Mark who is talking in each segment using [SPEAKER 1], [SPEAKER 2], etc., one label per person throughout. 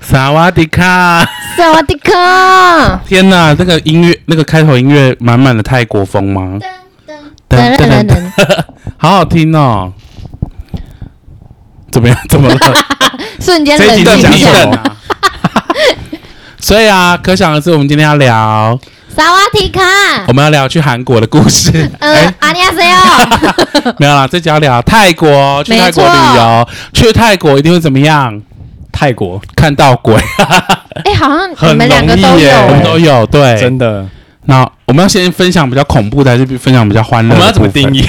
[SPEAKER 1] 萨瓦迪卡！
[SPEAKER 2] 萨瓦迪卡！
[SPEAKER 1] 天哪，那个音乐，那个开头音乐满满的泰国风吗？
[SPEAKER 2] 噔噔噔噔，
[SPEAKER 1] 好好听哦！怎么样？怎 么了？
[SPEAKER 2] 瞬间
[SPEAKER 1] 这一
[SPEAKER 2] 冷
[SPEAKER 1] 集在
[SPEAKER 2] 静
[SPEAKER 1] 讲
[SPEAKER 2] 下
[SPEAKER 1] 什
[SPEAKER 2] 来。
[SPEAKER 1] 么？ 所以啊，可想而知，我们今天要聊，
[SPEAKER 2] 萨瓦迪卡
[SPEAKER 1] 我，们要聊去韩国的故 事。哎、
[SPEAKER 2] 嗯，阿尼亚塞 哦，
[SPEAKER 1] 没有啦，这集要聊泰国，去泰国
[SPEAKER 2] 没错
[SPEAKER 1] 旅游，去泰国一定会怎么样？
[SPEAKER 3] 泰国
[SPEAKER 1] 看到鬼，
[SPEAKER 2] 哎，好像你
[SPEAKER 3] 很
[SPEAKER 2] 们两个
[SPEAKER 3] 容易
[SPEAKER 2] 都有
[SPEAKER 3] 耶
[SPEAKER 1] 我们
[SPEAKER 2] 哎，
[SPEAKER 1] 都有对。
[SPEAKER 3] 真的，
[SPEAKER 1] 那我们要先分享比较恐怖的，还是分享比较欢
[SPEAKER 3] 我
[SPEAKER 1] 乐？
[SPEAKER 3] 们要怎么定？义？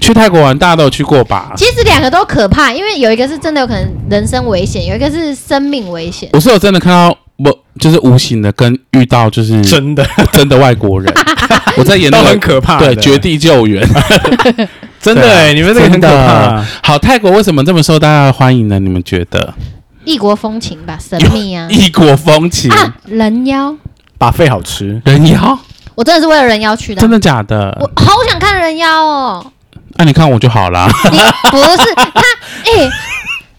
[SPEAKER 1] 去泰国玩，大家都有去过吧？
[SPEAKER 2] 其实两个都可怕，因为有一个是真的有可能人身危险，有一个是生命危险。
[SPEAKER 1] 我是有真的看到，我就是无形的跟遇到就是
[SPEAKER 3] 真的
[SPEAKER 1] 真的外国 人，我在演
[SPEAKER 3] 都
[SPEAKER 1] 嗯 那
[SPEAKER 3] 很
[SPEAKER 1] 个
[SPEAKER 3] 可怕的，
[SPEAKER 1] 对绝地救 援。
[SPEAKER 3] 真的
[SPEAKER 1] 对啊
[SPEAKER 3] 哎，你们这个很可怕。
[SPEAKER 1] 好，泰国为什么这么受大家的欢迎呢？你们觉得？
[SPEAKER 2] 异国风情吧，神秘啊
[SPEAKER 1] 异国风情，
[SPEAKER 2] 啊，人妖，
[SPEAKER 3] 把肺好吃，
[SPEAKER 1] 人妖，
[SPEAKER 2] 我真的是为了人妖去的
[SPEAKER 1] 真，的假
[SPEAKER 2] 我
[SPEAKER 1] 的？
[SPEAKER 2] 好想看人妖哦。
[SPEAKER 1] 那、你看我就好啦。
[SPEAKER 2] 你不是他，哎、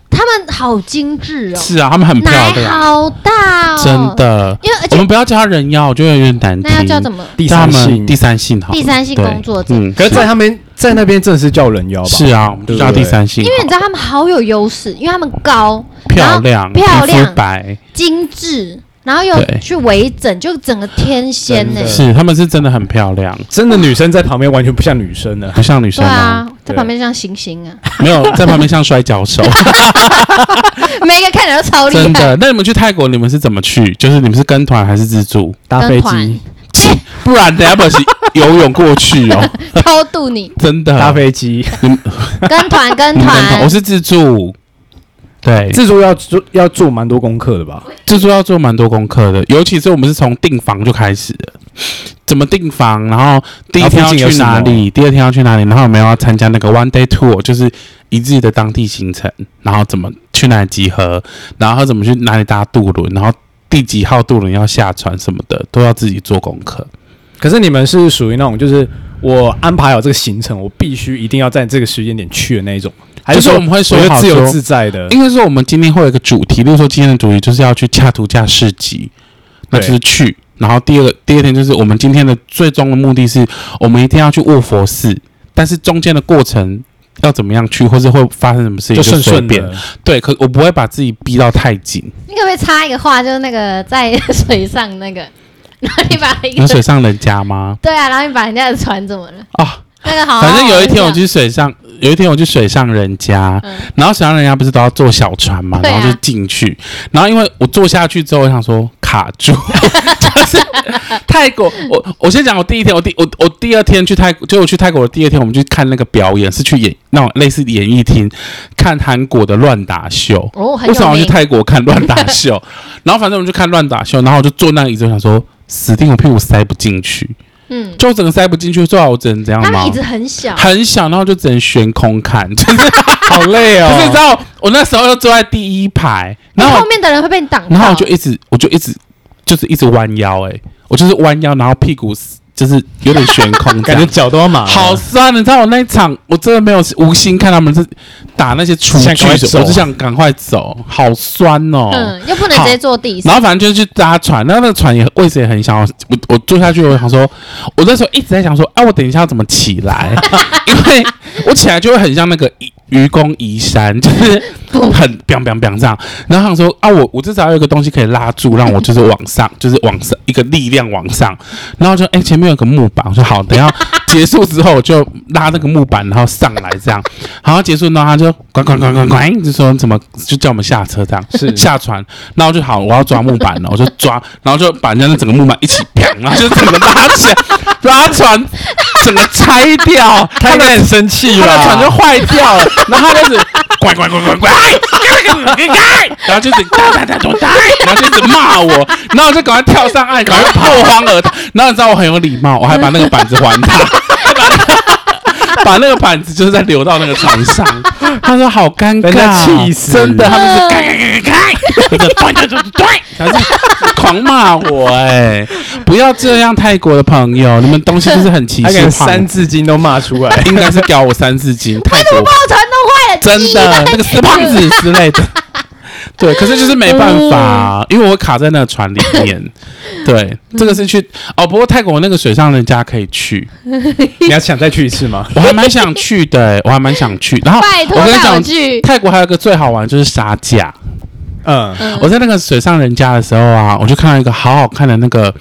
[SPEAKER 2] 他们好精致 哦，
[SPEAKER 1] 是啊，他们很漂
[SPEAKER 2] 奶
[SPEAKER 1] 亮，
[SPEAKER 2] 好大哦，
[SPEAKER 1] 真。的。
[SPEAKER 2] 因为而
[SPEAKER 1] 我
[SPEAKER 2] 且
[SPEAKER 1] 们不要叫他人妖，我觉得有点难听。
[SPEAKER 2] 那要叫怎么？
[SPEAKER 3] 第
[SPEAKER 1] 叫啊他
[SPEAKER 3] 三
[SPEAKER 1] 们
[SPEAKER 3] 性
[SPEAKER 1] 第。三性好了。
[SPEAKER 2] 第三性
[SPEAKER 1] 对
[SPEAKER 2] 工作者，
[SPEAKER 1] 嗯，
[SPEAKER 3] 可是，在他们在那边正是叫人妖吧？
[SPEAKER 1] 是啊，我们就叫
[SPEAKER 3] 对不
[SPEAKER 1] 第
[SPEAKER 3] 对
[SPEAKER 1] 三性好
[SPEAKER 2] 因
[SPEAKER 1] 了。
[SPEAKER 2] 为你知道他们好有优势，因为他们高、
[SPEAKER 1] 漂亮，
[SPEAKER 2] 然后漂
[SPEAKER 1] 皮
[SPEAKER 2] 亮
[SPEAKER 1] 肤白，
[SPEAKER 2] 精致，然后又
[SPEAKER 1] 对
[SPEAKER 2] 去微整，就整个天仙呢、
[SPEAKER 3] 真的
[SPEAKER 1] 是他们是真的很漂亮，
[SPEAKER 3] 真的女生在旁边完全不像女生的，
[SPEAKER 1] 不像女
[SPEAKER 2] 对
[SPEAKER 1] 生啊，
[SPEAKER 2] 啊，在旁边像行星啊，
[SPEAKER 1] 没有在旁边像摔跤 手，
[SPEAKER 2] 每个看起来都超厉
[SPEAKER 1] 真
[SPEAKER 2] 害。
[SPEAKER 1] 的。那你们去泰国，你们是怎么去？就是你们是跟团还是自助？
[SPEAKER 3] 搭
[SPEAKER 2] 跟
[SPEAKER 3] 飞
[SPEAKER 2] 团
[SPEAKER 3] 机，
[SPEAKER 1] 不然等下不是游泳过去哦，
[SPEAKER 2] 超度你，
[SPEAKER 1] 真的。
[SPEAKER 3] 搭飞机，
[SPEAKER 2] 跟团跟
[SPEAKER 1] 你 们跟团，我
[SPEAKER 2] 团，
[SPEAKER 1] 是自助。对，
[SPEAKER 3] 自助要做要做蛮多功课的吧？
[SPEAKER 1] 自助要做蛮多功课的，尤其是我们是从订房就开始的，怎么订房，然后第一天
[SPEAKER 3] 然
[SPEAKER 1] 要
[SPEAKER 3] 后附近
[SPEAKER 1] 去
[SPEAKER 3] 有什么
[SPEAKER 1] 哪里，第二天要去哪里，然后我们要参加那个 one day tour，就是一日的当地行程，然后怎么去哪里集合，然后怎么去哪里搭渡轮，然后第几号渡轮要下船什么的，都要自己做功课。
[SPEAKER 3] 可是你们是属于那种，就是我安排好这个行程，我必须一定要在这个时间点去的那一种，还
[SPEAKER 1] 就是
[SPEAKER 3] 说
[SPEAKER 1] 我们会说
[SPEAKER 3] 我就
[SPEAKER 1] 好
[SPEAKER 3] 自由
[SPEAKER 1] 说
[SPEAKER 3] 自在的？
[SPEAKER 1] 应该说我们今天会有一个主题，例如说今天的主题就是要去恰图恰市集，那就是去。然后第二个第二天就是我们今天的最终的目的是，我们一定要去卧佛寺，但是中间的过程要怎么样去，或是会发生什么事情
[SPEAKER 3] 顺
[SPEAKER 1] 随
[SPEAKER 3] 顺
[SPEAKER 1] 便。
[SPEAKER 3] 的，
[SPEAKER 1] 对，可我不会把自己逼到太紧。
[SPEAKER 2] 你可不可以插一个话，就是那个在水上那个， 然后你把一
[SPEAKER 1] 有
[SPEAKER 2] 个
[SPEAKER 1] 水上人家吗？
[SPEAKER 2] 对啊，然后你把人家的船怎么了？
[SPEAKER 1] 啊，
[SPEAKER 2] 那个好，
[SPEAKER 1] 反哦正有一天我去水上，有一天我去水上人家，
[SPEAKER 2] 嗯
[SPEAKER 1] 然后水上人家不是都要坐小船嘛，
[SPEAKER 2] 对啊
[SPEAKER 1] 然后就进去，然后因为我坐下去之后，我想说卡住， 就是泰国，我我先讲我第一天，我第我我第二天去泰国，就我去泰国的第二天，我们去看那个表演，是去演那种类似演艺厅看韩国的乱打秀。
[SPEAKER 2] 哦，
[SPEAKER 1] 为
[SPEAKER 2] 很有
[SPEAKER 1] 什么要去
[SPEAKER 2] 名
[SPEAKER 1] 泰国看乱打 秀？然后反正我们就看乱打秀，然后我就坐那椅子，我想说死定我屁股塞不进去，
[SPEAKER 2] 嗯，
[SPEAKER 1] 就整个塞不进去，最好我只能这样
[SPEAKER 2] 他
[SPEAKER 1] 吗
[SPEAKER 2] 们椅？子很小，
[SPEAKER 1] 很小，然后就只能悬空看，就是
[SPEAKER 3] 好累 哦。
[SPEAKER 1] 可是你知道，我那时候又坐在第一排，然后
[SPEAKER 2] 后
[SPEAKER 1] 我
[SPEAKER 2] 面的人会被你挡到。
[SPEAKER 1] 然后我就哦一直我就一直就是一直弯腰、欸，我就是弯腰，然后屁股就是有点悬空这
[SPEAKER 3] 感觉
[SPEAKER 1] 样。
[SPEAKER 3] 脚都要麻了，
[SPEAKER 1] 好酸！你知道我那一场，我真的没有无心看他们是打那些厨
[SPEAKER 3] 想
[SPEAKER 1] 具
[SPEAKER 3] 赶快
[SPEAKER 1] 什么，我
[SPEAKER 3] 走
[SPEAKER 1] 就想赶快走，好酸哦。
[SPEAKER 2] 嗯，又不能直接坐地
[SPEAKER 1] 然
[SPEAKER 2] 上，
[SPEAKER 1] 后反正就是去搭船，那那个船也位置也很小，我我坐下去，我想说，我那时候一直在想说，啊，我等一下要怎么起来？ 因为我起来就会很像那个愚愚公移山，就是很 biang biang biang 这样。然后想说，啊，我我至少要有一个东西可以拉住，让我就是往上，就是往上一个力量往上。然后就哎、前面有个木板，我说好，等一下结束之后我就拉那个木板，然后上来这样。然后结束，然后他就滚滚滚滚滚，就说怎么就叫我们下车这样，
[SPEAKER 3] 是
[SPEAKER 1] 下船。然后就好，我要抓木板了，我就抓，然后就把人家的整个木板一起啪，然后就整个拉起来，把他船整个拆掉，
[SPEAKER 3] 他
[SPEAKER 1] 他
[SPEAKER 3] 应
[SPEAKER 1] 的
[SPEAKER 3] 该很生气
[SPEAKER 1] 他
[SPEAKER 3] 吧？
[SPEAKER 1] 的船就坏掉了，然后他开始乖乖乖乖乖。然后就是哒哒哒哒哒，然后就一直骂我，然后我就赶快跳上岸，赶快破荒而逃。然后你知道我很有礼貌，我还把那个板子还他，把那个把那个板子就是在流到那个船上。他说好尴
[SPEAKER 3] 人
[SPEAKER 1] 尬，
[SPEAKER 3] 家气死
[SPEAKER 1] 真的，他们是开开开开开，对对对对，然后就狂骂我哎、不要这样，泰国的朋友，你们东西就是很歧
[SPEAKER 3] 他
[SPEAKER 1] 视
[SPEAKER 3] 连
[SPEAKER 1] 胖。
[SPEAKER 3] 三字经都骂出来
[SPEAKER 1] 应该是屌我三字经，泰
[SPEAKER 2] 为什么
[SPEAKER 1] 国
[SPEAKER 2] 把我船弄坏了？
[SPEAKER 1] 真的那个死胖子之类的。对，可是就是没办法、啊
[SPEAKER 2] 嗯
[SPEAKER 1] 因为我卡在那个船里 面。对，这个是去哦，不过泰国那个水上人家可以去，
[SPEAKER 3] 你还想再去一次吗？
[SPEAKER 1] 我还蛮想去的、欸我还蛮想去。然后
[SPEAKER 2] 拜托
[SPEAKER 1] 我跟你
[SPEAKER 2] 让我
[SPEAKER 1] 讲，
[SPEAKER 2] 去。
[SPEAKER 1] 泰国还有一个最好玩就是杀价。
[SPEAKER 3] 嗯，
[SPEAKER 1] 我在那个水上人家的时候啊，我就看到一个好好看的那个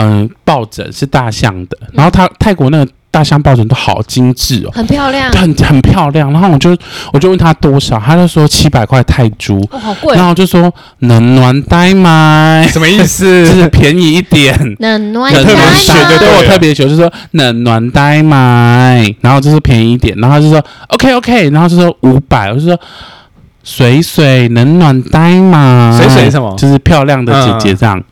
[SPEAKER 1] 嗯、抱枕是大象的，然后它泰国那个大象抱枕都好精致哦。
[SPEAKER 2] 很漂亮，
[SPEAKER 1] 很很漂亮，然后我就我就问他多少，他就说七百块泰铢，
[SPEAKER 2] 哦，好贵
[SPEAKER 1] 然，后我就说能暖呆 吗？
[SPEAKER 3] 什么意
[SPEAKER 1] 就
[SPEAKER 3] 思？
[SPEAKER 1] 是便宜一点。
[SPEAKER 2] 冷暖
[SPEAKER 1] 特
[SPEAKER 2] 家
[SPEAKER 1] 别
[SPEAKER 3] 暖
[SPEAKER 1] 求，
[SPEAKER 3] 宅
[SPEAKER 2] 啊
[SPEAKER 1] 对
[SPEAKER 3] 吗
[SPEAKER 1] 对，我特别求，就说能暖呆吗？然后就是便宜一点，然后他就说 OK OK，然后就说五百，我就说水水能暖呆吗？
[SPEAKER 3] 水水是嗯什么
[SPEAKER 1] 就是漂亮的姐姐这样。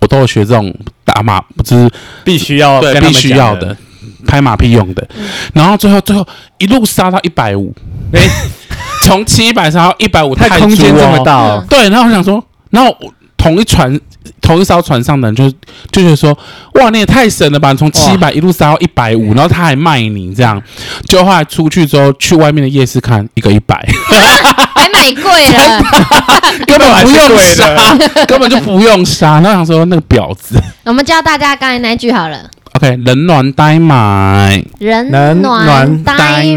[SPEAKER 1] 我都有学这种打马，就是
[SPEAKER 3] 必须要
[SPEAKER 1] 对
[SPEAKER 3] 哦跟他
[SPEAKER 1] 必
[SPEAKER 3] 们
[SPEAKER 1] 须
[SPEAKER 3] 讲嗯
[SPEAKER 1] 要的，拍马屁用的。然后最后最后一路杀到一百五，
[SPEAKER 3] 哎，
[SPEAKER 1] 从七百杀到一百五，
[SPEAKER 3] 它空间这么大哦，
[SPEAKER 1] 对，然后我想说，然后我同一船同一艘船上的人就就觉得说，哇，你也太神了吧！你从七百一路杀到一百
[SPEAKER 3] 嗯
[SPEAKER 1] 五，然后他还卖你这样，就后来出去之后去外面的夜市看一个一 百，
[SPEAKER 2] 还买贵了，
[SPEAKER 1] 根本不用
[SPEAKER 3] 对
[SPEAKER 1] 杀，
[SPEAKER 3] 的，
[SPEAKER 1] 根本就不用杀。然后想说那个婊子
[SPEAKER 2] 我们教大家刚才那句好了，
[SPEAKER 1] ，OK，人暖呆买。
[SPEAKER 2] 人
[SPEAKER 3] 人
[SPEAKER 2] 暖
[SPEAKER 3] 暖
[SPEAKER 2] 呆埋，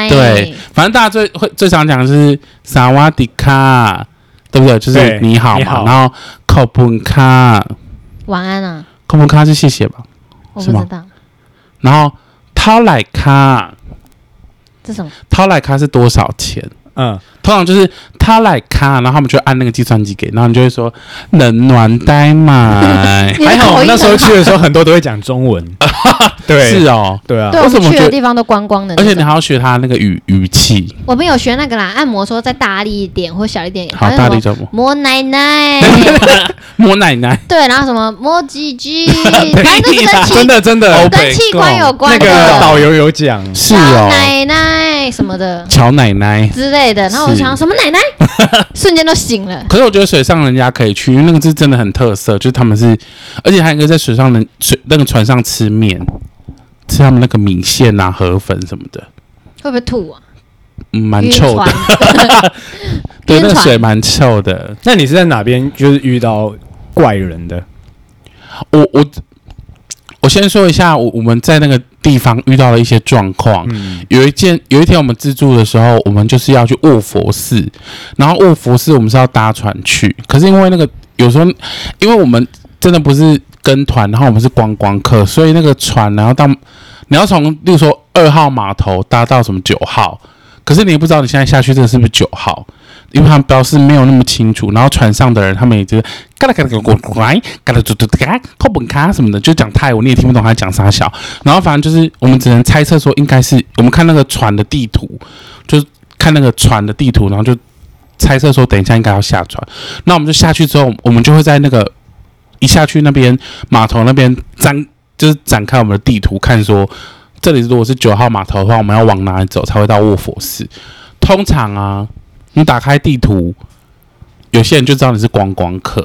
[SPEAKER 1] 买对，反正大家最会最常讲的是萨瓦迪卡，对不对？就是
[SPEAKER 3] 对
[SPEAKER 1] 你好
[SPEAKER 3] 你
[SPEAKER 1] 嘛，
[SPEAKER 3] 好
[SPEAKER 1] 然后口本卡，
[SPEAKER 2] 晚安啊，
[SPEAKER 1] 口本卡是谢谢吧，
[SPEAKER 2] 我
[SPEAKER 1] 是
[SPEAKER 2] 不
[SPEAKER 1] 吗
[SPEAKER 2] 知道
[SPEAKER 1] 然后掏来卡，
[SPEAKER 2] 这什么，，
[SPEAKER 1] 掏来卡是多少钱？
[SPEAKER 3] 嗯，
[SPEAKER 1] 通常就是掏来卡，然后他们就按那个计算机给，然后你就会说冷暖呆买
[SPEAKER 2] 你的
[SPEAKER 3] 还好我
[SPEAKER 2] 口
[SPEAKER 3] 们
[SPEAKER 2] 音
[SPEAKER 3] 那时候
[SPEAKER 2] 很
[SPEAKER 3] 去的时候很多都会讲中 文， 对，
[SPEAKER 1] 是哦。
[SPEAKER 3] 对啊
[SPEAKER 2] 对，，我
[SPEAKER 1] 为什
[SPEAKER 2] 们
[SPEAKER 1] 么
[SPEAKER 2] 去
[SPEAKER 1] 觉
[SPEAKER 2] 的
[SPEAKER 1] 得
[SPEAKER 2] 地方都观光的那
[SPEAKER 1] 而
[SPEAKER 2] 种，
[SPEAKER 1] 且你还要学他那个语语气，
[SPEAKER 2] 我们有学那个啦，按摩说再大力一点或小一点，
[SPEAKER 1] 好
[SPEAKER 2] 还有
[SPEAKER 1] 大
[SPEAKER 2] 什
[SPEAKER 1] 力
[SPEAKER 2] 么
[SPEAKER 1] 叫摸
[SPEAKER 2] 摸奶 奶，
[SPEAKER 1] 摸奶奶，
[SPEAKER 2] 对，然后什么摸鸡鸡，反正都是跟器
[SPEAKER 3] 真的真的，
[SPEAKER 2] 跟器官有关
[SPEAKER 3] 那
[SPEAKER 2] 的，
[SPEAKER 3] 个导游有讲，
[SPEAKER 1] 是
[SPEAKER 2] 老
[SPEAKER 1] 哦，
[SPEAKER 2] 奶奶什么的
[SPEAKER 1] 乔奶奶。
[SPEAKER 2] 之类的，然后我
[SPEAKER 1] 是
[SPEAKER 2] 想什么奶奶，瞬间都醒了，
[SPEAKER 1] 可是我觉得水上人家可以去，因为那个是真的很特色，就是他们是，而且还有一个在水上人水那个船上吃面，吃他们那个米线啊、河粉什么的，
[SPEAKER 2] 会不会吐啊？
[SPEAKER 1] 嗯，蛮
[SPEAKER 2] 晕
[SPEAKER 1] 臭
[SPEAKER 2] 船
[SPEAKER 1] 的，对，
[SPEAKER 2] 晕
[SPEAKER 1] 那个
[SPEAKER 2] 船
[SPEAKER 1] 水蛮臭的。
[SPEAKER 3] 那你是在哪边就是遇到怪人的？
[SPEAKER 1] 我我我先说一下，我我们在那个地方遇到了一些状况。
[SPEAKER 3] 嗯，
[SPEAKER 1] 有一件，有一天我们自助的时候，我们就是要去卧佛寺，然后卧佛寺我们是要搭船去，可是因为那个有时候，因为我们真的不是跟团，然后我们是观光客，所以那个船然后到你要从，例如说二号码头搭到什么九号，可是你也不知道你现在下去这个是不是九号。因为他们标示没有那么清楚，然后船上的人他们也就是嘎啦嘎啦嘎啦嘎啦嘎啦嘟嘟嘟嘎扣本卡什么的，就讲泰文你也听不懂他在讲啥小，然后反正就是我们只能猜测说应该是我们看那个船的地图，就是看那个船的地图，然后就猜测说等一下应该要下船。那我们就下去之后，我们就会在那个一下去那边码头那边展，就是展开我们的地图，看说这里如果是九号码头的话，我们要往哪里走才会到卧佛寺。通常啊，你打开地图，有些人就知道你是观光客，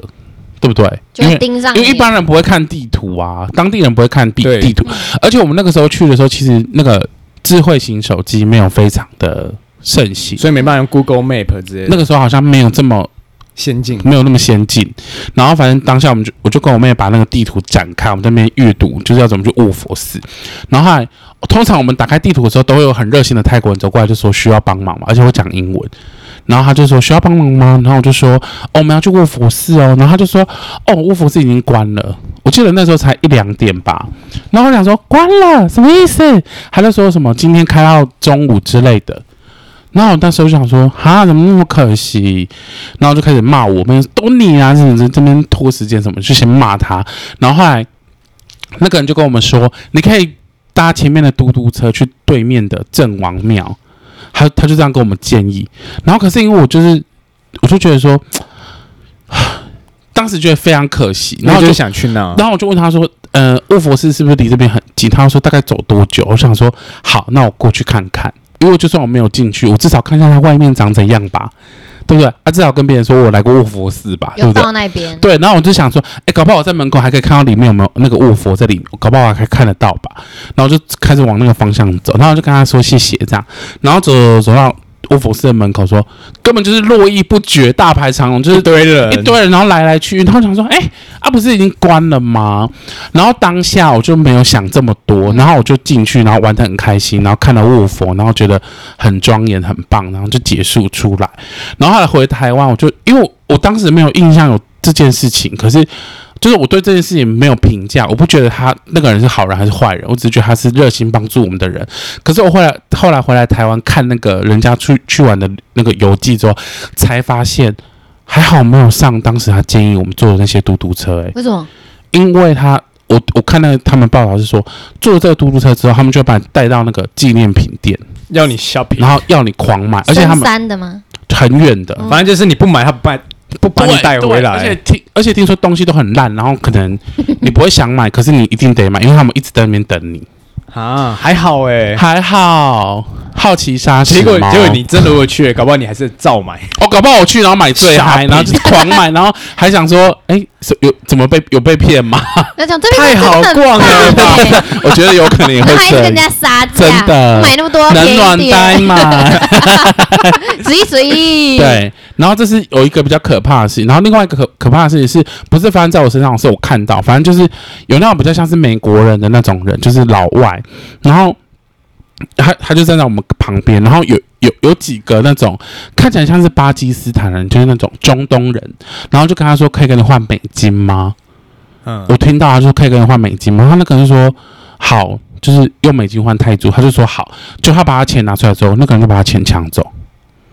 [SPEAKER 1] 对不对？
[SPEAKER 2] 就
[SPEAKER 1] 因
[SPEAKER 2] 会
[SPEAKER 1] 为
[SPEAKER 2] 盯上
[SPEAKER 1] 因为一
[SPEAKER 2] 你。
[SPEAKER 1] 般人不会看地图啊，当地人不会看地
[SPEAKER 3] 对
[SPEAKER 1] 地图，而且我们那个时候去的时候，其实那个智慧型手机没有非常的盛行，
[SPEAKER 3] 所以没办法用 Google Map 之类
[SPEAKER 1] 那
[SPEAKER 3] 的
[SPEAKER 1] 个时候好像没有这么
[SPEAKER 3] 先进，
[SPEAKER 1] 没有那么先进。然后反正当下我们就我就跟我妹把那个地图展开，我们在那边阅读，就是要怎么去卧佛寺。然后后来通常我们打开地图的时候，都会有很热心的泰国人走过来就说需要帮忙嘛，而且会讲英文。然后他就说需要帮忙吗？然后我就说哦我们要去卧佛寺哦。然后他就说哦卧佛寺已经关了，我记得那时候才一两点吧。然后我想说关了什么意思？他就说什么今天开到中午之类的。然后我那时候就想说哈怎么那么可惜？然后就开始骂我们，都你啊，什么这边拖时间什么，就先骂他。然后后来那个人就跟我们说，你可以搭前面的嘟嘟车去对面的郑王庙。他他就这样跟我们建议。然后可是因为我就是，我就觉得说， 当时觉得非常可惜，然
[SPEAKER 3] 然
[SPEAKER 1] 后
[SPEAKER 3] 后
[SPEAKER 1] 就
[SPEAKER 3] 就
[SPEAKER 1] 想。
[SPEAKER 3] 想去那，
[SPEAKER 1] 然后我就问他说：“呃，卧佛寺是不是离这边很近？”他说：“大概走多久？”我想说：“好，那我过去看看。”因为就算我没有进去，我至少看一下它外面长怎样吧，对不对？啊，至少跟别人说我来过卧佛寺吧，对
[SPEAKER 2] 有
[SPEAKER 1] 不对
[SPEAKER 2] 到？那边，
[SPEAKER 1] 对，然后我就想说，哎，搞不好我在门口还可以看到里面有没有那个卧佛在里面，搞不好我还看得到吧。然后就开始往那个方向走，然后我就跟他说谢谢这样，然后走走走走到卧佛寺的门口说，根本就是络绎不绝，大排长龙，就是
[SPEAKER 3] 一堆人，
[SPEAKER 1] 一堆人，然后来来去去，然后想说，哎、啊，不是已经关了吗？然后当下我就没有想这么多，然后我就进去，然后玩的很开心，然后看到卧佛，然后觉得很庄严，很棒，然后就结束出来。然后后来回台湾，我就因为我我当时没有印象有这件事情，可是就是我对这件事情没有评价，我不觉得他那个人是好人还是坏人，我只是觉得他是热心帮助我们的人。可是我后来后来回来台湾看那个人家出去玩的那个游记之后，才发现还好没有上当时他建议我们坐的那些嘟嘟车、欸，
[SPEAKER 2] 为什么？
[SPEAKER 1] 因为他我我看那个他们报道是说，坐这个嘟嘟车之后，他们就把你带到那个纪念品店，
[SPEAKER 3] 要你 shopping，
[SPEAKER 1] 然后要你狂买，而且他
[SPEAKER 2] 深
[SPEAKER 1] 们
[SPEAKER 2] 山的吗？
[SPEAKER 1] 很远的，
[SPEAKER 3] 反正就是你不买他不卖，不把你
[SPEAKER 1] 嗯对
[SPEAKER 3] 带回
[SPEAKER 1] 对
[SPEAKER 3] 来
[SPEAKER 1] 而且。听而且听说东西都很烂，然后可能你不会想买，可是你一定得买，因为他们一直在那边等你。
[SPEAKER 3] 啊，还好哎、
[SPEAKER 1] 还好，好奇杀死
[SPEAKER 3] 结果
[SPEAKER 1] 猫
[SPEAKER 3] 结果你真的如果去了，搞不好你还是照买。
[SPEAKER 1] 哦，搞不好我去然后买最
[SPEAKER 3] 傻
[SPEAKER 1] 嗨，
[SPEAKER 3] 逼
[SPEAKER 1] 然后就是狂买，然后还想说，哎，是有怎么被有被骗 吗？
[SPEAKER 2] 那种这边
[SPEAKER 3] 太好逛了
[SPEAKER 2] 真的很 棒耶
[SPEAKER 1] 我觉得有可能也会
[SPEAKER 2] 他还
[SPEAKER 1] 这
[SPEAKER 2] 跟人家
[SPEAKER 1] 样，
[SPEAKER 2] 杀价，
[SPEAKER 1] 真的
[SPEAKER 2] 买那么多
[SPEAKER 1] 能
[SPEAKER 2] 便
[SPEAKER 1] 暖
[SPEAKER 2] 宜
[SPEAKER 1] 呆
[SPEAKER 2] 点，
[SPEAKER 1] 嘛？
[SPEAKER 2] 十一十一，，
[SPEAKER 1] 对，然后这是有一个比较可怕的事情，然后另外一个可可怕的事情是不是发生在我身上？是我看到，反正就是有那种比较像是美国人的那种人，就是老外，然后他他就站在我们旁边，然后有有有几个那种看起来像是巴基斯坦人，就是那种中东人，然后就跟他说可以跟你换美金吗？
[SPEAKER 3] 嗯，
[SPEAKER 1] 我听到他说可以跟人换美金吗？他那个人就说好，就是用美金换泰铢，他就说好，就他把他钱拿出来之后，那个人就把他钱抢走。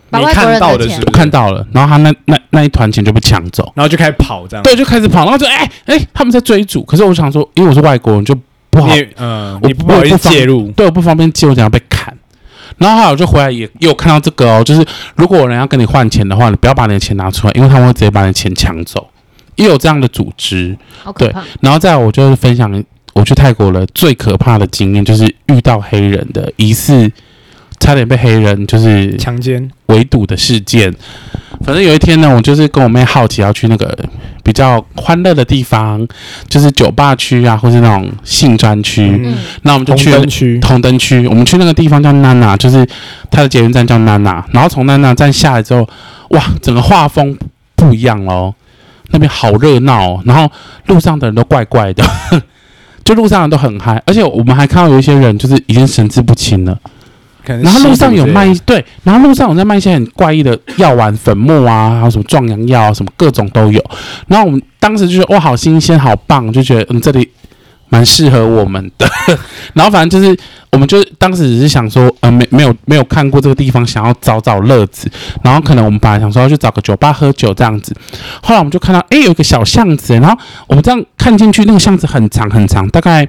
[SPEAKER 2] 把
[SPEAKER 3] 你
[SPEAKER 2] 外国
[SPEAKER 3] 看
[SPEAKER 2] 人
[SPEAKER 3] 到
[SPEAKER 2] 的
[SPEAKER 3] 的是
[SPEAKER 2] 钱
[SPEAKER 3] 不
[SPEAKER 1] 我
[SPEAKER 3] 是
[SPEAKER 1] 看，到了，然后他那那那一团钱就被抢走，
[SPEAKER 3] 然后就开始跑这样。
[SPEAKER 1] 对，就开始跑，然后就哎哎、他们在追逐，可是我想说，因为我是外国人，就不好，
[SPEAKER 3] 你嗯，
[SPEAKER 1] 我
[SPEAKER 3] 你不好意
[SPEAKER 1] 我
[SPEAKER 3] 思
[SPEAKER 1] 不方
[SPEAKER 3] 介入，
[SPEAKER 1] 对，我不方便接，我等下被砍。然后后来我就回来也也有看到这个哦，就是如果有人要跟你换钱的话，你不要把你的钱拿出来，因为他们会直接把你的钱抢走，也有这样的组织。
[SPEAKER 2] 好可怕，
[SPEAKER 1] 然后再来我就是分享我去泰国了最可怕的经验，就是遇到黑人的疑似差点被黑人就是
[SPEAKER 3] 强奸。
[SPEAKER 1] 围堵的事件。反正有一天呢，我就是跟我妹好奇要去那个比较欢乐的地方，就是酒吧区啊，或是那种性专区。
[SPEAKER 3] 嗯，
[SPEAKER 1] 那我们就
[SPEAKER 3] 红
[SPEAKER 1] 去
[SPEAKER 3] 灯区，
[SPEAKER 1] 红灯区，我们去那个地方叫娜娜，就是它的捷运站叫娜娜。然后从娜娜站下来之后，哇，整个画风不一样喽，那边好热闹、哦，然后路上的人都怪怪的， 就路上的人都很嗨，而且我们还看到有一些人就是已经神志不清了。
[SPEAKER 3] 可能
[SPEAKER 1] 然后路上有卖
[SPEAKER 3] 吸毒之类的
[SPEAKER 1] 对，然后路上有在卖一些很怪异的药丸、粉末啊，还有什么壮阳药啊，什么各种都有。然后我们当时就觉得哇，好新鲜，好棒，就觉得嗯，这里蛮适合我们的。 然后反正就是，我们就当时只是想说，呃，没没有没有看过这个地方，想要找找乐子。然后可能我们本来想说要去找个酒吧喝酒这样子，后来我们就看到，诶，有一个小巷子，然后我们这样看进去，那个巷子很长很长，大概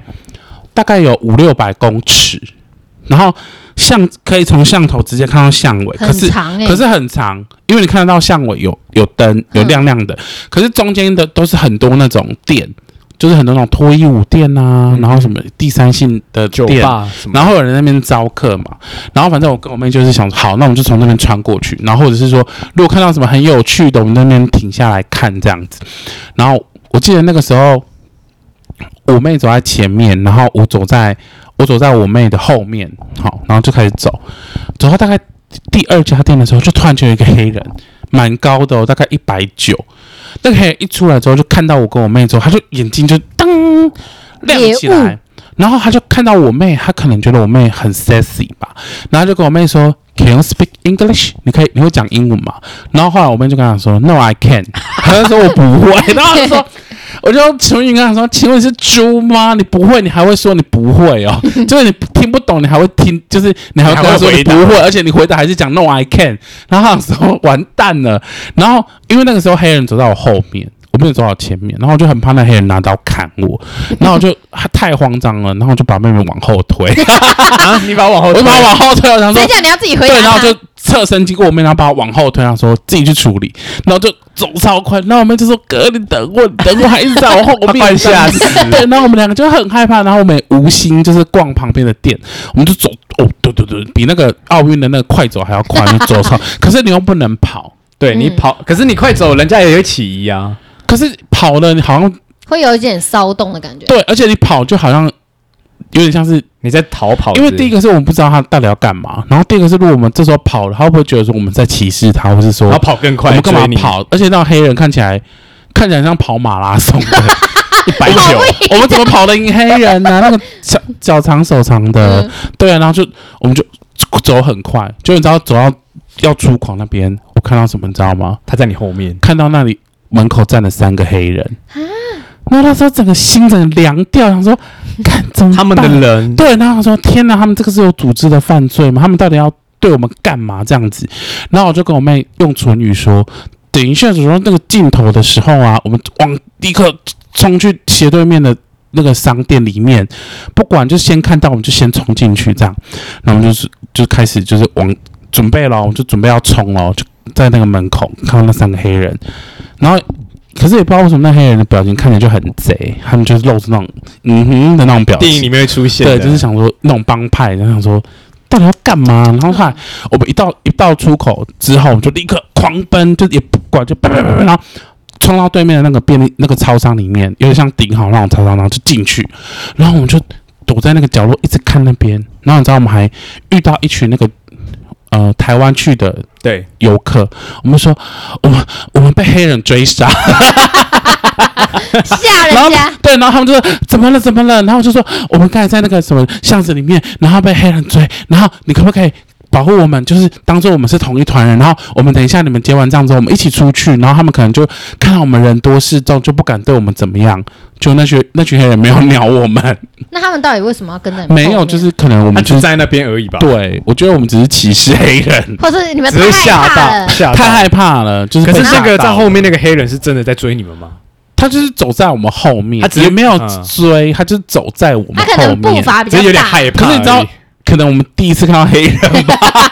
[SPEAKER 1] 大概有五六百公尺，然后巷可以从巷头直接看到巷尾，可
[SPEAKER 2] 很
[SPEAKER 1] 是
[SPEAKER 2] 长哎，
[SPEAKER 1] 可是很长，因为你看得到巷尾有有
[SPEAKER 2] 嗯
[SPEAKER 1] 灯，有亮亮的，可是中间的都是很多那种店，就是很多那种脱衣舞店啊，
[SPEAKER 3] 嗯
[SPEAKER 1] 然后什么第三性的
[SPEAKER 3] 酒
[SPEAKER 1] 店。啊
[SPEAKER 3] 吧什么的，
[SPEAKER 1] 然后有人在那边招客嘛，然后反正我跟我妹就是想，好，那我们就从那边穿过去，然后或者是说，如果看到什么很有趣的，我们那边停下来看这样子。然后我记得那个时候，我妹走在前面，然后我走在我走在我妹的后面，好，然后就开始走，走到大概第二家店的时候，就突然就有一个黑人，蛮高的、哦，大概一百九。那个黑人一出来之后，就看到我跟我妹之后，他就眼睛就当亮起
[SPEAKER 2] 猎
[SPEAKER 1] 来，然后他就看到我妹，他可能觉得我妹很 sexy 吧，然后就跟我妹说，Can you speak English？你可以，你会讲英文吗？然后后来我妹就跟他说，No, I can。他就 说我不会，然后他说。我就用唇语跟他说：“请问你是猪吗？你不会，你还会说你不会 哦，就是你听不懂，你还会听，就是你还会跟他说你不会，而且你回答还是讲 No I can。”然后他说：“完蛋了。”然后因为那个时候黑人走到我后面，我没有走到前面，然后我就很怕那黑人拿刀砍我，然后我就他太慌张了，然后我就把妹妹往后推，
[SPEAKER 3] 啊，你把我往后
[SPEAKER 1] 我
[SPEAKER 3] 推，
[SPEAKER 1] 就把她往后推，我想说
[SPEAKER 2] 谁叫你要自己回答
[SPEAKER 1] 对，
[SPEAKER 2] 他？
[SPEAKER 1] 然后就侧身经过我妹，然后把我往后推，然后说自己去处理，然后就走超快，然后我妹就说哥你等我，你等我，还一直在我后面，
[SPEAKER 3] 快吓死
[SPEAKER 1] 对，然后我们两个就很害怕，然后我们也无心就是逛旁边的店，我们就走哦，对对对，比那个奥运的那个快走还要快，我们走超，可是你又不能跑，
[SPEAKER 3] 对你
[SPEAKER 2] 嗯
[SPEAKER 3] 跑，可是你快走，人家也会起疑啊。
[SPEAKER 1] 可是跑了你好像
[SPEAKER 2] 会有一点骚动的感觉，
[SPEAKER 1] 对，而且你跑就好像有点像是，
[SPEAKER 3] 你在逃跑之
[SPEAKER 1] 因
[SPEAKER 3] 类的，
[SPEAKER 1] 为第一个是我们不知道他到底要干嘛，然后第二个是如果我们这时候跑了，他会不会觉得说我们在歧视他，或是说
[SPEAKER 3] 然后跑更
[SPEAKER 1] 我
[SPEAKER 3] 快，
[SPEAKER 1] 们干嘛
[SPEAKER 3] 追你？
[SPEAKER 1] 跑？而且那黑人看起来看起来像跑马拉松 的，
[SPEAKER 3] 一百九，
[SPEAKER 1] 我们怎么跑得赢黑人呢、那个脚脚长手长的，
[SPEAKER 2] 嗯
[SPEAKER 1] 对啊，然后就我们就走很快，就你知道走到要出口那边，我看到什么你知道吗？
[SPEAKER 3] 他在你后面，
[SPEAKER 1] 看到那里门口站了三个黑人
[SPEAKER 3] 啊
[SPEAKER 1] 然后那时候整个心整个凉掉，想说，看怎么
[SPEAKER 3] 他们的
[SPEAKER 1] 办
[SPEAKER 3] 人
[SPEAKER 1] 对，然后他说：“天哪，他们这个是有组织的犯罪吗？他们到底要对我们干嘛这样子？”然后我就跟我妹用唇语说：“等一下，走到那个尽头的时候啊，我们往立刻冲去斜对面的那个商店里面，不管就先看到我们就先冲进去这样。”然后我们就是就开始就是往准备了，我们就准备要冲了，就在那个门口看到那三个黑人，然后。可是也不知道为什么那黑人的表情看起来就很贼，他们就是露出那种嗯哼的那种表情。
[SPEAKER 3] 电影里面会出现的，
[SPEAKER 1] 对，就是想说那种帮派，然后想说到底要干嘛？然后后来我们一到一到出口之后，我们就立刻狂奔，就也不管，就啪啪啪啪，然后冲到对面的那个便利那个超商里面，有点像顶好那种超商，然后就进去，然后我们就躲在那个角落一直看那边，然后你知道我们还遇到一群那个呃台湾去的
[SPEAKER 3] 对，
[SPEAKER 1] 游客，我们说我们我们被黑人追杀。
[SPEAKER 2] 吓
[SPEAKER 1] 然后
[SPEAKER 2] 人家，
[SPEAKER 1] 对，然后他们就说怎么了怎么了，然后我就说我们刚才在那个什么巷子里面，然后被黑人追，然后你可不可以？保护我们，就是当做我们是同一团人，然后我们等一下你们结完账之后，我们一起出去，然后他们可能就看到我们人多势众，就不敢对我们怎么样。就那群那群黑人没有鸟我们，
[SPEAKER 2] 那他们到底为什么要跟着你们后
[SPEAKER 1] 没
[SPEAKER 2] 面？
[SPEAKER 1] 有，就是可能我
[SPEAKER 3] 他
[SPEAKER 1] 们
[SPEAKER 3] 只
[SPEAKER 1] 就是
[SPEAKER 3] 站在那边而已吧，，
[SPEAKER 1] 对，我觉得我们只是歧视黑人，
[SPEAKER 2] 或是你们
[SPEAKER 3] 只是
[SPEAKER 2] 太
[SPEAKER 3] 吓
[SPEAKER 2] 害怕
[SPEAKER 3] 到，
[SPEAKER 2] 了，
[SPEAKER 3] 吓到
[SPEAKER 1] 太害怕了，就是
[SPEAKER 3] 啊
[SPEAKER 1] 被
[SPEAKER 3] 可是
[SPEAKER 1] 吓
[SPEAKER 3] 那个
[SPEAKER 1] 到
[SPEAKER 3] 在后面那个黑人是真的在追你们吗？
[SPEAKER 1] 他就是走在我们后面，
[SPEAKER 3] 他只是
[SPEAKER 1] 也没有
[SPEAKER 3] 嗯
[SPEAKER 1] 追，他就是走在我们
[SPEAKER 2] 他可
[SPEAKER 1] 后
[SPEAKER 2] 能步
[SPEAKER 1] 面。
[SPEAKER 2] 啊伐比
[SPEAKER 3] 只
[SPEAKER 2] 较
[SPEAKER 3] 是有点
[SPEAKER 2] 大，
[SPEAKER 3] 害怕而已，
[SPEAKER 1] 可是你知道可能我们第一次看到黑人，，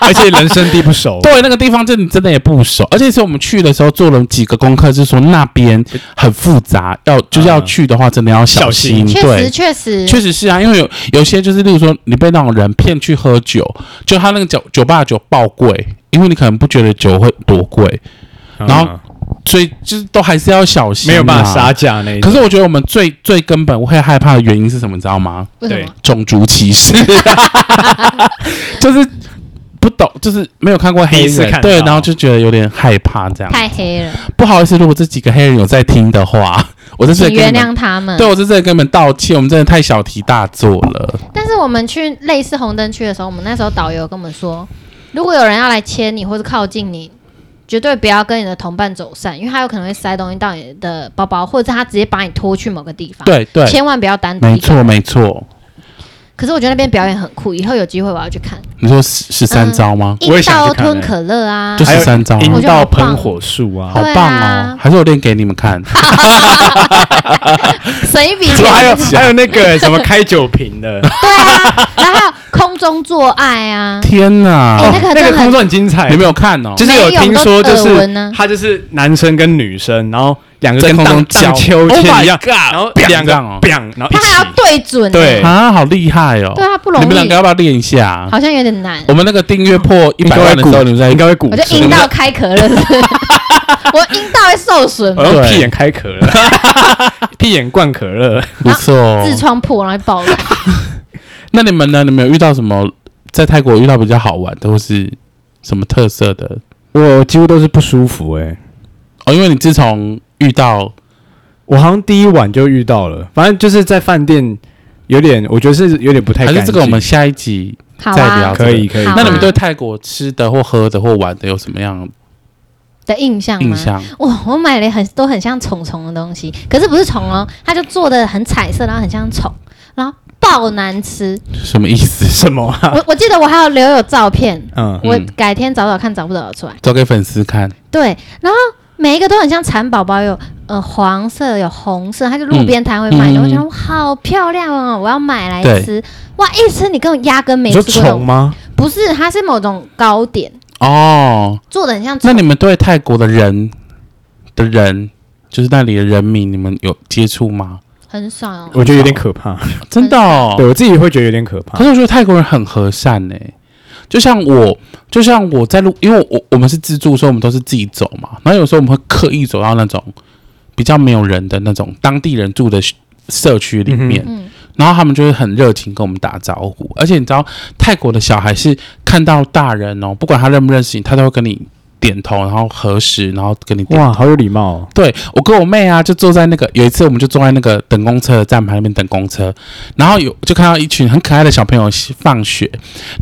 [SPEAKER 3] 而且人生地不熟
[SPEAKER 1] 对那个地方，就你真的也不熟，而且是我们去的时候做了几个功课，是说那边很复杂，要就是要去的话，真的要小心。
[SPEAKER 3] 嗯小
[SPEAKER 2] 确实
[SPEAKER 1] 对，
[SPEAKER 2] 确实
[SPEAKER 1] 确实是啊，因为有有些就是，例如说你被那种人骗去喝酒，就他那个酒酒吧的酒爆贵，因为你可能不觉得酒会多贵，
[SPEAKER 3] 嗯
[SPEAKER 1] 然后所以就是都还是要小心、啊
[SPEAKER 3] 没有办法杀。价那一
[SPEAKER 1] 可
[SPEAKER 3] 种。
[SPEAKER 1] 是我觉得我们最最根本会害怕的原因是什么，你知道吗？
[SPEAKER 2] 为什
[SPEAKER 3] 对
[SPEAKER 2] 么？
[SPEAKER 1] 种族歧视， 就是不懂，就是没有看过黑
[SPEAKER 3] 第一次
[SPEAKER 1] 人，
[SPEAKER 3] 看到
[SPEAKER 1] 对，然后就觉得有点害怕这样。
[SPEAKER 2] 太黑了，
[SPEAKER 1] 不好意思，如果这几个黑人有在听的话，我在这
[SPEAKER 2] 请
[SPEAKER 1] 里跟
[SPEAKER 2] 原
[SPEAKER 1] 你们，
[SPEAKER 2] 谅他们。
[SPEAKER 1] 对我在这里跟你们道歉，我们真的太小题大做了。
[SPEAKER 2] 但是我们去类似红灯区的时候，我们那时候导游跟我们说，如果有人要来牵你或者靠近你，绝对不要跟你的同伴走散，因为他有可能会塞东西到你的包包，或者是他直接把你拖去某个地方。，
[SPEAKER 1] 对对，
[SPEAKER 2] 千万不要单独
[SPEAKER 1] 没
[SPEAKER 2] 一个人。
[SPEAKER 1] 错没错。
[SPEAKER 2] 可是我觉得那边表演很酷，以后有机会我要去看。
[SPEAKER 1] 你说十十三
[SPEAKER 2] 嗯
[SPEAKER 1] 招吗？
[SPEAKER 3] 我
[SPEAKER 2] 一
[SPEAKER 3] 也想
[SPEAKER 2] 刀
[SPEAKER 3] 去看
[SPEAKER 2] 吞
[SPEAKER 3] 欸
[SPEAKER 2] 可乐啊
[SPEAKER 1] 就，
[SPEAKER 3] 还有
[SPEAKER 1] 13招啊
[SPEAKER 3] 阴
[SPEAKER 2] 我觉得
[SPEAKER 3] 道
[SPEAKER 2] 好
[SPEAKER 3] 喷
[SPEAKER 2] 棒
[SPEAKER 3] 火术啊，
[SPEAKER 1] 好
[SPEAKER 2] 对啊
[SPEAKER 1] 棒哦！还是我练给你们 看。
[SPEAKER 2] 谁 比
[SPEAKER 3] 就还有
[SPEAKER 2] 较？
[SPEAKER 3] 还有那个什么开酒瓶 的，
[SPEAKER 2] 对啊，然后空中做爱啊，
[SPEAKER 1] 天哪，
[SPEAKER 2] 哎那个真
[SPEAKER 3] 哦
[SPEAKER 2] 的很
[SPEAKER 3] 那个工作很精彩
[SPEAKER 1] 你，没有看哦？
[SPEAKER 3] 就是有听说就
[SPEAKER 2] 没有都耳
[SPEAKER 3] 是
[SPEAKER 2] 闻啊
[SPEAKER 3] 他就是男生跟女生，然后两个
[SPEAKER 1] 在
[SPEAKER 3] 跟
[SPEAKER 1] 空中
[SPEAKER 3] 荡
[SPEAKER 1] 交
[SPEAKER 3] 荡秋千一样
[SPEAKER 1] Oh my，God，
[SPEAKER 3] 然后
[SPEAKER 1] 这
[SPEAKER 3] 两个
[SPEAKER 1] 样哦
[SPEAKER 3] bang，然后一
[SPEAKER 2] 他还要
[SPEAKER 3] 起，
[SPEAKER 2] 对准欸，
[SPEAKER 3] 对
[SPEAKER 1] 啊，好厉害哦！
[SPEAKER 2] 对啊，不容
[SPEAKER 1] 你
[SPEAKER 2] 易
[SPEAKER 1] 们，两个要不要练一下？
[SPEAKER 2] 好像有点难。
[SPEAKER 1] 我们那个订阅破一
[SPEAKER 3] 应
[SPEAKER 1] 百
[SPEAKER 3] 该
[SPEAKER 1] 万的
[SPEAKER 3] 会
[SPEAKER 1] 时候，
[SPEAKER 3] 鼓，
[SPEAKER 1] 你们在
[SPEAKER 3] 应该会鼓
[SPEAKER 2] 我就
[SPEAKER 3] 掌，
[SPEAKER 2] 阴 道开壳了，是 不是我阴道会受损吗
[SPEAKER 3] 我？用
[SPEAKER 1] 对
[SPEAKER 3] 哦屁眼开可 乐，屁眼灌可乐，
[SPEAKER 1] 不错哦。
[SPEAKER 2] 痔疮破然后就爆了。
[SPEAKER 1] 那你们呢？你们有遇到什么在泰国遇到比较好玩的，或是什么特色的？
[SPEAKER 3] 我几乎都是不舒服哎。
[SPEAKER 1] 哦，因为你自从遇到
[SPEAKER 3] 我好像第一晚就遇到了，反正就是在饭店，有点我觉得是有点不太
[SPEAKER 1] 还
[SPEAKER 3] 干
[SPEAKER 1] 是
[SPEAKER 3] 净。
[SPEAKER 1] 这个，我们下一集
[SPEAKER 2] 好
[SPEAKER 1] 再聊
[SPEAKER 2] 啊
[SPEAKER 1] 这，
[SPEAKER 3] 可
[SPEAKER 1] 个
[SPEAKER 3] 以可以
[SPEAKER 2] 好啊
[SPEAKER 1] 那你们对泰国吃的或喝的或玩的有什么样
[SPEAKER 2] 的印象
[SPEAKER 1] 印
[SPEAKER 2] 吗？
[SPEAKER 1] 象？
[SPEAKER 2] 哇，我买了很都很像虫虫的东西，可是不是虫哦，它就做的很彩色，然后很像虫，然后爆难吃。
[SPEAKER 1] 什么意思？
[SPEAKER 3] 什么 啊？
[SPEAKER 2] 我我记得我还有留有照片，
[SPEAKER 3] 嗯，
[SPEAKER 2] 我改天找找看找不找得出来。
[SPEAKER 1] 找给粉丝看。
[SPEAKER 2] 对，然后每一个都很像蚕宝宝，有呃黄色，有红色，它就路边摊会卖的。
[SPEAKER 1] 嗯嗯
[SPEAKER 2] 我想哇好漂亮哦，我要买来
[SPEAKER 1] 对
[SPEAKER 2] 吃。哇，一吃你根本压根没
[SPEAKER 3] 你说
[SPEAKER 2] 吃过那
[SPEAKER 3] 虫
[SPEAKER 2] 种，
[SPEAKER 3] 吗？
[SPEAKER 2] 不是，它是某种糕点，
[SPEAKER 1] 哦，
[SPEAKER 2] 做的很像虫。
[SPEAKER 1] 那你们对泰国的人的人，就是那里的人民，你们有接触吗？
[SPEAKER 2] 很爽哦。
[SPEAKER 3] 我觉得有点可怕，
[SPEAKER 1] 真的、哦
[SPEAKER 3] 对？我自己会觉得有点可怕
[SPEAKER 1] 可。是我觉得泰国人很和善呢、欸就像我，就像我在路，因为我我们是自助，所以我们都是自己走嘛。然后有时候我们会刻意走到那种比较没有人的那种当地人住的社区里面，
[SPEAKER 2] 嗯，
[SPEAKER 1] 然后他们就会很热情跟我们打招呼，而且你知道泰国的小孩是看到大人哦，不管他认不认识你，他都会跟你点头，然后核实，然后跟你点
[SPEAKER 3] 哇，好有礼貌、哦。
[SPEAKER 1] 对我跟我妹啊，就坐在那个有一次，我们就坐在那个等公车的站牌那边等公车，然后有就看到一群很可爱的小朋友放学，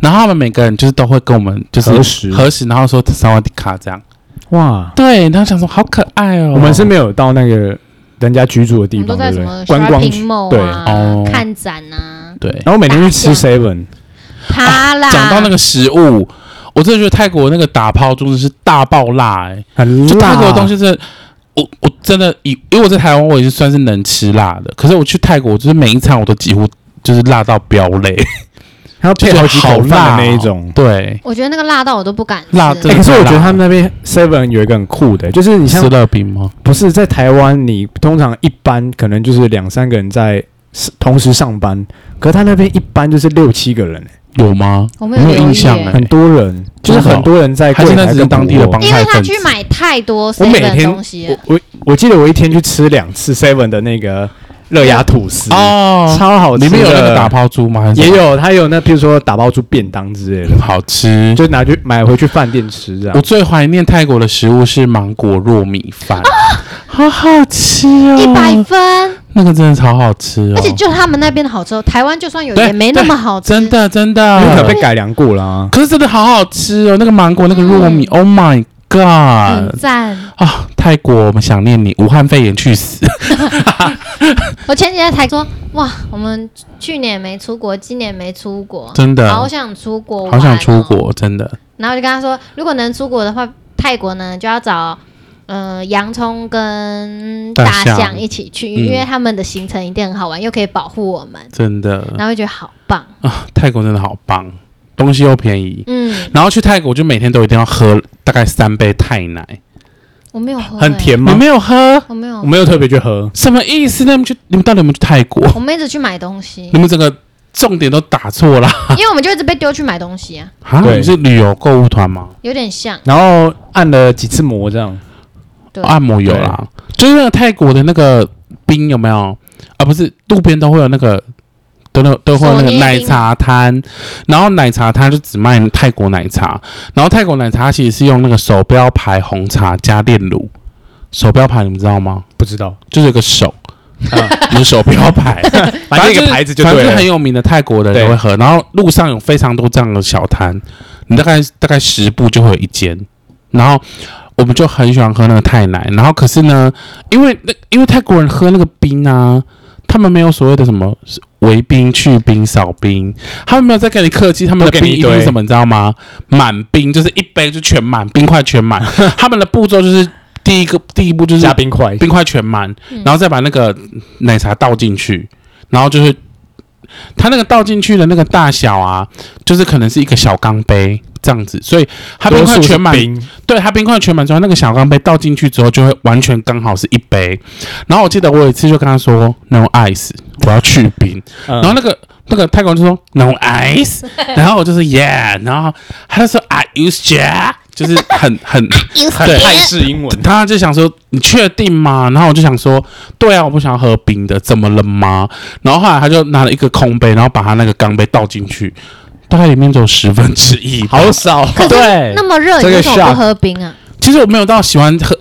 [SPEAKER 1] 然后他们每个人就是都会跟我们就是
[SPEAKER 3] 核实
[SPEAKER 1] 核实，然后说萨瓦迪卡这样。
[SPEAKER 3] 哇，
[SPEAKER 1] 对，然后想说好可爱哦。
[SPEAKER 3] 我们是没有到那个人家居住的
[SPEAKER 2] 我
[SPEAKER 3] 地
[SPEAKER 2] 们都
[SPEAKER 3] 方，
[SPEAKER 2] 在
[SPEAKER 3] 对不
[SPEAKER 2] 什
[SPEAKER 3] 对
[SPEAKER 2] 么？
[SPEAKER 3] 观光区
[SPEAKER 2] shopping。mall
[SPEAKER 3] 对
[SPEAKER 1] 哦
[SPEAKER 2] 啊、看展啊，
[SPEAKER 1] 对，
[SPEAKER 3] 然后每天去
[SPEAKER 2] 大
[SPEAKER 3] 吃 seven，
[SPEAKER 2] 他
[SPEAKER 3] 啊
[SPEAKER 2] 啦。
[SPEAKER 1] 讲到那个食物，我真的觉得泰国那个打抛真的是大爆辣哎、
[SPEAKER 3] 很
[SPEAKER 1] 就泰
[SPEAKER 3] 辣。
[SPEAKER 1] 国的东西真的，我我真的以因为我在台湾我已经算是能吃辣的，可是我去泰国，我就是每一餐我都几乎就是辣到飙泪。
[SPEAKER 3] 还要配好啊几
[SPEAKER 1] 哦
[SPEAKER 3] 口饭的那一种。
[SPEAKER 1] 对，
[SPEAKER 2] 我觉得那个辣到我都不敢吃。
[SPEAKER 1] 辣真
[SPEAKER 3] 欸
[SPEAKER 1] 的
[SPEAKER 3] 可是我觉得他们那边
[SPEAKER 1] 哦
[SPEAKER 3] Seven 有一个很酷的、就是你
[SPEAKER 1] 吃
[SPEAKER 3] 像
[SPEAKER 1] 乐饼吗？
[SPEAKER 3] 不是在台湾，你通常一般可能就是两三个人在同时上班，可是他那边一般就是六七个人、欸
[SPEAKER 1] 有吗？
[SPEAKER 2] 我没
[SPEAKER 1] 没
[SPEAKER 2] 有留意
[SPEAKER 1] 印象
[SPEAKER 2] 耶
[SPEAKER 1] 哎、
[SPEAKER 3] 很多人，
[SPEAKER 1] 哦
[SPEAKER 3] 就是很多人在
[SPEAKER 1] 还
[SPEAKER 3] 柜
[SPEAKER 1] 是那
[SPEAKER 3] 台
[SPEAKER 1] 只
[SPEAKER 3] 跟
[SPEAKER 1] 是当地的
[SPEAKER 3] 服务
[SPEAKER 1] 帮
[SPEAKER 2] 因为
[SPEAKER 1] 派
[SPEAKER 2] 他
[SPEAKER 1] 分子
[SPEAKER 2] 去？买太多
[SPEAKER 3] 我每
[SPEAKER 2] seven
[SPEAKER 3] 天
[SPEAKER 2] 东西了
[SPEAKER 3] 我我我记得我一天去吃两次 Seven 的那个热压吐司，
[SPEAKER 1] 哦，
[SPEAKER 3] 超好吃的。
[SPEAKER 1] 里面有那个打抛猪吗？还是
[SPEAKER 3] 也有，它有那比如说打包出便当之类的，
[SPEAKER 1] 好吃。
[SPEAKER 3] 就拿去买回去饭店吃这样
[SPEAKER 1] 我。最怀念泰国的食物是芒果糯米饭，好好吃
[SPEAKER 3] 嗯
[SPEAKER 1] 哦，
[SPEAKER 2] 一百分，
[SPEAKER 1] 那个真的超好吃哦，
[SPEAKER 2] 而且就他们那边的好吃，哦台湾就算有
[SPEAKER 1] 对
[SPEAKER 2] 也没那么好吃。
[SPEAKER 1] 真，的真的，
[SPEAKER 3] 因为可能被改良过了啊。
[SPEAKER 1] 可是真的好好吃哦，那个芒果那个糯米、o h my god！、
[SPEAKER 2] 很嗯赞。
[SPEAKER 1] 啊，泰国，我们想念你，武汉肺炎去死！
[SPEAKER 2] 我前几天才说，哇，我们去年没出国，今年没出国，
[SPEAKER 1] 真的
[SPEAKER 2] 好想出国、哦
[SPEAKER 1] 好想出。国，真的。
[SPEAKER 2] 然后我就跟他说，如果能出国的话，泰国呢就要找。呃，洋葱跟
[SPEAKER 1] 大
[SPEAKER 2] 大
[SPEAKER 1] 象
[SPEAKER 2] 象一起去，
[SPEAKER 1] 嗯
[SPEAKER 2] 因为他们的行程一定很好玩，又可以保护我们，
[SPEAKER 1] 真的
[SPEAKER 2] 然后就觉得好棒。
[SPEAKER 1] 啊，泰国真的好棒，东西又便宜。
[SPEAKER 2] 嗯，
[SPEAKER 1] 然后去泰国就每天都一定要喝大概三杯泰奶，
[SPEAKER 2] 我没有喝、
[SPEAKER 3] 很
[SPEAKER 2] 欸
[SPEAKER 3] 甜
[SPEAKER 1] 你
[SPEAKER 3] 吗？
[SPEAKER 1] 没有喝，
[SPEAKER 2] 我没有
[SPEAKER 3] 我，没有特别去喝，
[SPEAKER 1] 什么意思？那你们去，你们到底有没有去泰国？
[SPEAKER 2] 我们一直去买 东西
[SPEAKER 1] 你，们整个重点都打错了
[SPEAKER 2] 因为我们就一直被丢去买东西啊，
[SPEAKER 1] 啊！
[SPEAKER 3] 对
[SPEAKER 1] 你是旅游购物团吗？
[SPEAKER 2] 有点像。
[SPEAKER 3] 然后按了几次摩这样。
[SPEAKER 2] 对，
[SPEAKER 1] 按摩啊有啦，就是那个泰国的那个冰有没有？啊，不是，路边都会有那个，都都都会有那
[SPEAKER 2] 手
[SPEAKER 1] 个
[SPEAKER 2] 捏冰
[SPEAKER 1] 奶茶摊，然后奶茶摊就只卖泰国奶茶，然后泰国奶茶其实是用那个手标牌红茶加炼乳，手标牌你们知道吗？
[SPEAKER 3] 不知道，
[SPEAKER 1] 就是有个手，
[SPEAKER 3] 啊
[SPEAKER 1] 有手标牌，
[SPEAKER 3] 反正一
[SPEAKER 1] 就是
[SPEAKER 3] 个牌子就
[SPEAKER 1] 反
[SPEAKER 3] 对
[SPEAKER 1] 正是很
[SPEAKER 3] 了。
[SPEAKER 1] 有名的泰国人都会喝，然后路上有非常多这样的小摊，你大概大概十步就会有一间，然后我们就很喜欢喝那个泰奶，然后可是呢，因为那因为泰国人喝那个冰啊，他们没有所谓的什么围冰、去冰、少冰，他们没有在跟你客气，他们的
[SPEAKER 3] 都给
[SPEAKER 1] 冰
[SPEAKER 3] 你
[SPEAKER 1] 一
[SPEAKER 3] 一
[SPEAKER 1] 定
[SPEAKER 3] 堆
[SPEAKER 1] 是什么，你知道吗？满冰就是一杯就全满，冰块全满，他们的步骤就是第一个第一步就是
[SPEAKER 3] 加冰块，
[SPEAKER 1] 冰块全满，然后再把那个奶茶倒进去，然后就是它那个倒进去的那个大小啊，就是可能是一个小钢杯这样子，所以它冰
[SPEAKER 3] 多
[SPEAKER 1] 块
[SPEAKER 3] 数是
[SPEAKER 1] 全满，
[SPEAKER 3] 冰
[SPEAKER 1] 对，它冰块全满之后，那个小钢杯倒进去之后，就会完全刚好是一杯。然后我记得我有一次就跟他说 “no ice”，我要去冰，
[SPEAKER 3] 嗯
[SPEAKER 1] 然后那个那个泰国人就说 “no ice”，然后我就是 “yeah”，然后他就说 “are you sure”，就是很很。
[SPEAKER 3] 很
[SPEAKER 1] 对
[SPEAKER 3] 泰式英文。
[SPEAKER 1] 他就想说：“你确定吗？”然后我就想说：“对啊，我不想要喝冰的，怎么了吗？”然后后来他就拿了一个空杯，然后把他那个钢杯倒进去，大概里面只有十分之一。
[SPEAKER 3] 好，少，
[SPEAKER 2] 可是
[SPEAKER 3] 对
[SPEAKER 2] 那，么热，
[SPEAKER 3] 这
[SPEAKER 2] 你
[SPEAKER 3] 个
[SPEAKER 2] 为什么
[SPEAKER 3] shock
[SPEAKER 2] 不喝冰啊？
[SPEAKER 1] 其实我没有到喜欢喝，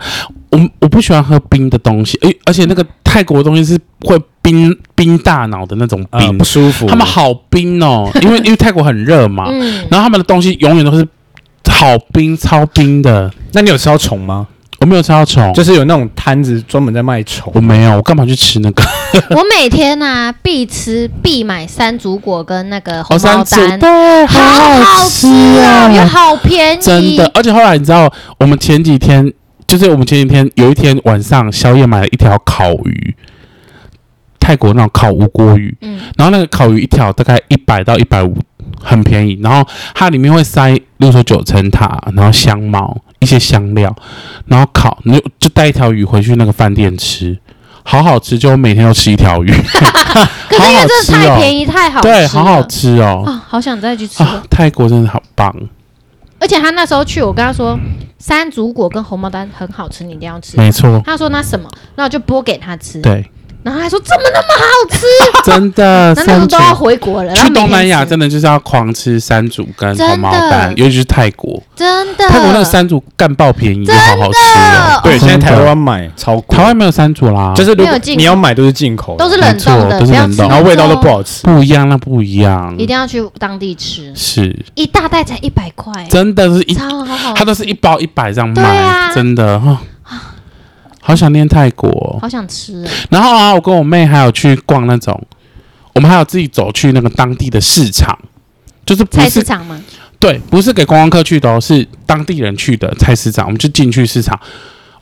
[SPEAKER 1] 我我不喜欢喝冰的东西，而而且那个泰国的东西是会冰冰大脑的那种
[SPEAKER 3] 呃
[SPEAKER 1] 冰
[SPEAKER 3] 不，舒服。
[SPEAKER 1] 他们好冰 哦，因为因为泰国很热嘛，
[SPEAKER 2] 嗯，
[SPEAKER 1] 然后他们的东西永远都是好冰超冰的，
[SPEAKER 3] 那你有吃到虫吗？
[SPEAKER 1] 我没有吃到虫。
[SPEAKER 3] 就是有那种摊子专门在卖虫
[SPEAKER 1] 哦我，没有，我干嘛去吃那个？
[SPEAKER 2] 我每天啊必吃必买山竹果跟那个红
[SPEAKER 1] 哦三
[SPEAKER 2] 毛
[SPEAKER 1] 次
[SPEAKER 2] 丹，
[SPEAKER 1] 对，
[SPEAKER 2] 好好吃
[SPEAKER 1] 啊
[SPEAKER 2] 啊，又好便宜，
[SPEAKER 1] 真的。而且后来你知道，我们前几天就是我们前几天有一天晚上宵夜买了一条烤鱼，泰国那种烤无锅鱼，
[SPEAKER 2] 嗯，
[SPEAKER 1] 然后那个烤鱼一条大概一百到一百五，很便宜。然后它里面会塞，例如说九层塔，然后香茅一些香料，然后烤，你就就带一条鱼回去那个饭店吃。好好吃，就每天都吃一条鱼，
[SPEAKER 2] 可是因为
[SPEAKER 1] 好好
[SPEAKER 2] 真的
[SPEAKER 1] 吃哦
[SPEAKER 2] 太便宜，太好吃了，
[SPEAKER 1] 对，好好吃哦！
[SPEAKER 2] 啊，好想再去吃。
[SPEAKER 1] 啊，泰国真的好棒，
[SPEAKER 2] 而且他那时候去，我跟他说山竹果跟红毛丹很好吃，你一定要吃。
[SPEAKER 1] 没错，
[SPEAKER 2] 他说那什么，那我就剥给他吃。
[SPEAKER 1] 对，
[SPEAKER 2] 然后还说怎么那么好吃？
[SPEAKER 1] 真的，
[SPEAKER 2] 那那时
[SPEAKER 1] 三
[SPEAKER 2] 候都
[SPEAKER 1] 种
[SPEAKER 2] 要回国了，然后
[SPEAKER 1] 去
[SPEAKER 2] 每天
[SPEAKER 1] 东南亚
[SPEAKER 2] 吃
[SPEAKER 1] 真的就是要狂吃山竹跟红毛丹，
[SPEAKER 2] 真的
[SPEAKER 1] 尤其是泰国，
[SPEAKER 2] 真的
[SPEAKER 1] 泰国那个山竹干爆便宜，又好好吃哦。
[SPEAKER 3] 对，现在
[SPEAKER 1] 真的
[SPEAKER 3] 台湾买超贵，
[SPEAKER 1] 台湾没有山竹啦，
[SPEAKER 3] 就是如
[SPEAKER 2] 没
[SPEAKER 3] 果
[SPEAKER 2] 有进口
[SPEAKER 3] 你要买都是进口的，
[SPEAKER 2] 都是冷冻的，
[SPEAKER 1] 没错都是
[SPEAKER 2] 不要
[SPEAKER 1] 冷
[SPEAKER 2] 吃
[SPEAKER 1] 冻
[SPEAKER 3] 然后味道都不
[SPEAKER 2] 好，
[SPEAKER 3] 好吃。
[SPEAKER 1] 不一样，那不一样，
[SPEAKER 2] 一定要去当地吃，
[SPEAKER 1] 是
[SPEAKER 2] 一大袋才一百块，
[SPEAKER 1] 真的是一，
[SPEAKER 2] 超好好，
[SPEAKER 1] 它都是一包一百这样卖，
[SPEAKER 2] 对啊
[SPEAKER 1] 真的 哈。好想念泰国哦、
[SPEAKER 2] 好想吃哦，
[SPEAKER 1] 然后啊，我跟我妹还有去逛那种，我们还有自己走去那个当地的市场，就是不
[SPEAKER 2] 菜市
[SPEAKER 1] 是
[SPEAKER 2] 场嘛，
[SPEAKER 1] 对，不是给观光客去的、哦，是当地人去的菜市场。我们就进去市场，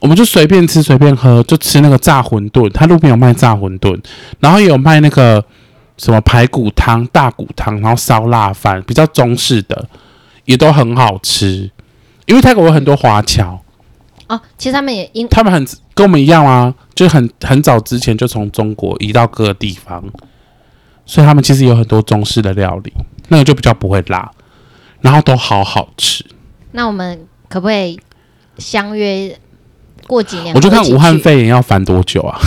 [SPEAKER 1] 我们就随便吃随便喝，就吃那个炸馄饨，他路边有卖炸馄饨，然后也有卖那个什么排骨汤、大骨汤，然后烧腊饭，比较中式的，也都很好吃。因为泰国有很多华侨，
[SPEAKER 2] 哦，其实他们也因
[SPEAKER 1] 他们很跟我们一样啊，就是很很早之前就从中国移到各个地方，所以他们其实有很多中式的料理，那个就比较不会辣，然后都好好吃。
[SPEAKER 2] 那我们可不可以相约过几年？
[SPEAKER 1] 我就看
[SPEAKER 2] 一起去
[SPEAKER 1] 武汉肺炎要烦多久 啊！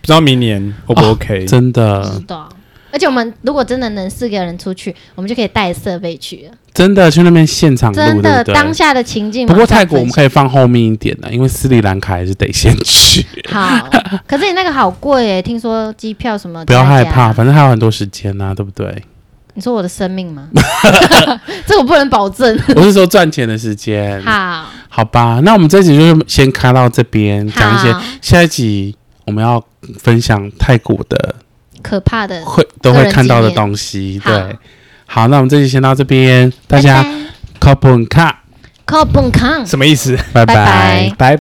[SPEAKER 3] 不知道明年 O 不 OK？
[SPEAKER 1] 哦 真
[SPEAKER 2] 不知
[SPEAKER 1] 的，
[SPEAKER 2] 道。而且我们如果真的能四个人出去，我们就可以带设备去了，
[SPEAKER 1] 真的去那边现场录，
[SPEAKER 2] 真
[SPEAKER 1] 嗯
[SPEAKER 2] 的
[SPEAKER 1] 对不
[SPEAKER 2] 当
[SPEAKER 1] 对？
[SPEAKER 2] 下的情境马
[SPEAKER 1] 不
[SPEAKER 2] 上
[SPEAKER 1] 过
[SPEAKER 2] 分享。
[SPEAKER 1] 泰国我们可以放后面一点的，因为斯里兰卡还是得先 去。
[SPEAKER 2] 好，可是你那个好贵耶，听说机票什么？
[SPEAKER 1] 不要害
[SPEAKER 2] 啊
[SPEAKER 1] 怕，。反正还有很多时间呐、对不 对？
[SPEAKER 2] 你说我的生命吗？ 这我不能保 证。
[SPEAKER 1] 我是说赚钱的时间。
[SPEAKER 2] 好，
[SPEAKER 1] 好吧，那我们这集就是先开到这边，讲一些
[SPEAKER 2] 好
[SPEAKER 1] 下一集我们要分享泰国的
[SPEAKER 2] 可怕的，
[SPEAKER 1] 会都会看到的东西。
[SPEAKER 2] 个人经验
[SPEAKER 1] 对，好，那我们这集先到这边，大家
[SPEAKER 2] 拜拜
[SPEAKER 1] 靠本卡，
[SPEAKER 2] 靠蹦康，
[SPEAKER 3] 什么意思？
[SPEAKER 1] 拜
[SPEAKER 2] 拜拜
[SPEAKER 1] 拜。
[SPEAKER 3] 拜。